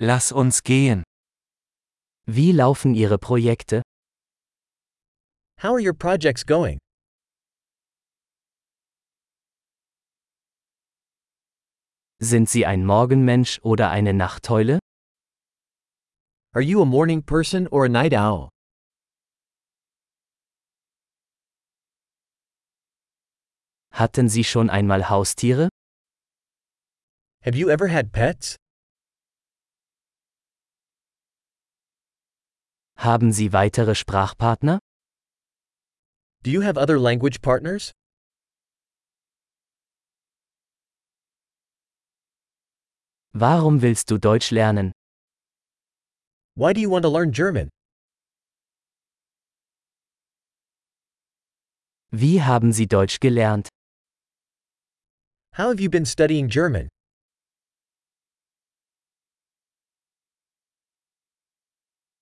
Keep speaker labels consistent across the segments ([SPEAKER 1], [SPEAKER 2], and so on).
[SPEAKER 1] Lass uns gehen.
[SPEAKER 2] Wie laufen Ihre Projekte?
[SPEAKER 3] How are your projects going?
[SPEAKER 2] Sind Sie ein Morgenmensch oder eine Nachteule?
[SPEAKER 3] Are you a morning person or a night owl?
[SPEAKER 2] Hatten Sie schon einmal Haustiere?
[SPEAKER 3] Have you ever had pets?
[SPEAKER 2] Haben Sie weitere Sprachpartner?
[SPEAKER 3] Do you have other language partners?
[SPEAKER 2] Warum willst du Deutsch lernen?
[SPEAKER 3] Why do you want to learn German?
[SPEAKER 2] Wie haben Sie Deutsch gelernt?
[SPEAKER 3] How have you been studying German?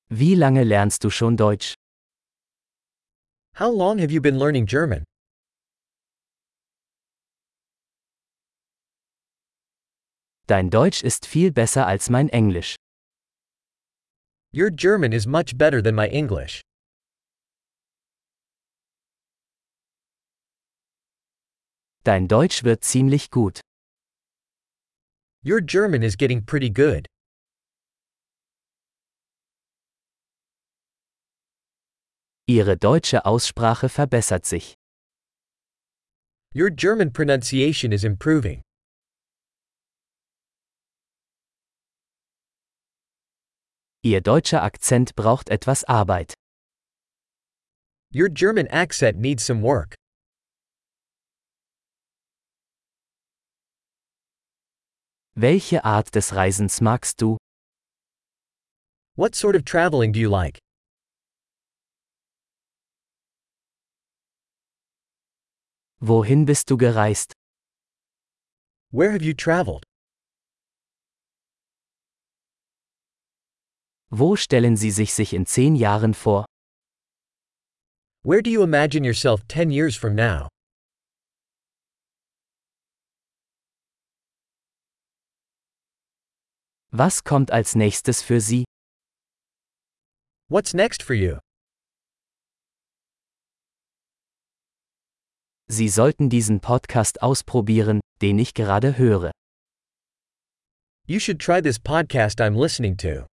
[SPEAKER 2] Wie lange lernst du schon Deutsch?
[SPEAKER 3] How long have you been learning German?
[SPEAKER 2] Dein Deutsch ist viel besser als mein Englisch.
[SPEAKER 3] Your German is much better than my English.
[SPEAKER 2] Dein Deutsch wird ziemlich gut.
[SPEAKER 3] Your German is getting pretty good.
[SPEAKER 2] Ihre deutsche Aussprache verbessert sich.
[SPEAKER 3] Your German pronunciation is improving.
[SPEAKER 2] Ihr deutscher Akzent braucht etwas Arbeit.
[SPEAKER 3] Your German accent needs some work.
[SPEAKER 2] Welche Art des Reisens magst du?
[SPEAKER 3] What sort of traveling do you like?
[SPEAKER 2] Wohin bist du gereist?
[SPEAKER 3] Where have you traveled?
[SPEAKER 2] Wo stellen Sie sich sich in zehn Jahren vor?
[SPEAKER 3] Where do you imagine yourself 10 years from now?
[SPEAKER 2] Was kommt als nächstes für Sie?
[SPEAKER 3] What's next for you?
[SPEAKER 2] Sie sollten diesen Podcast ausprobieren, den ich gerade höre.
[SPEAKER 3] You should try this podcast I'm listening to.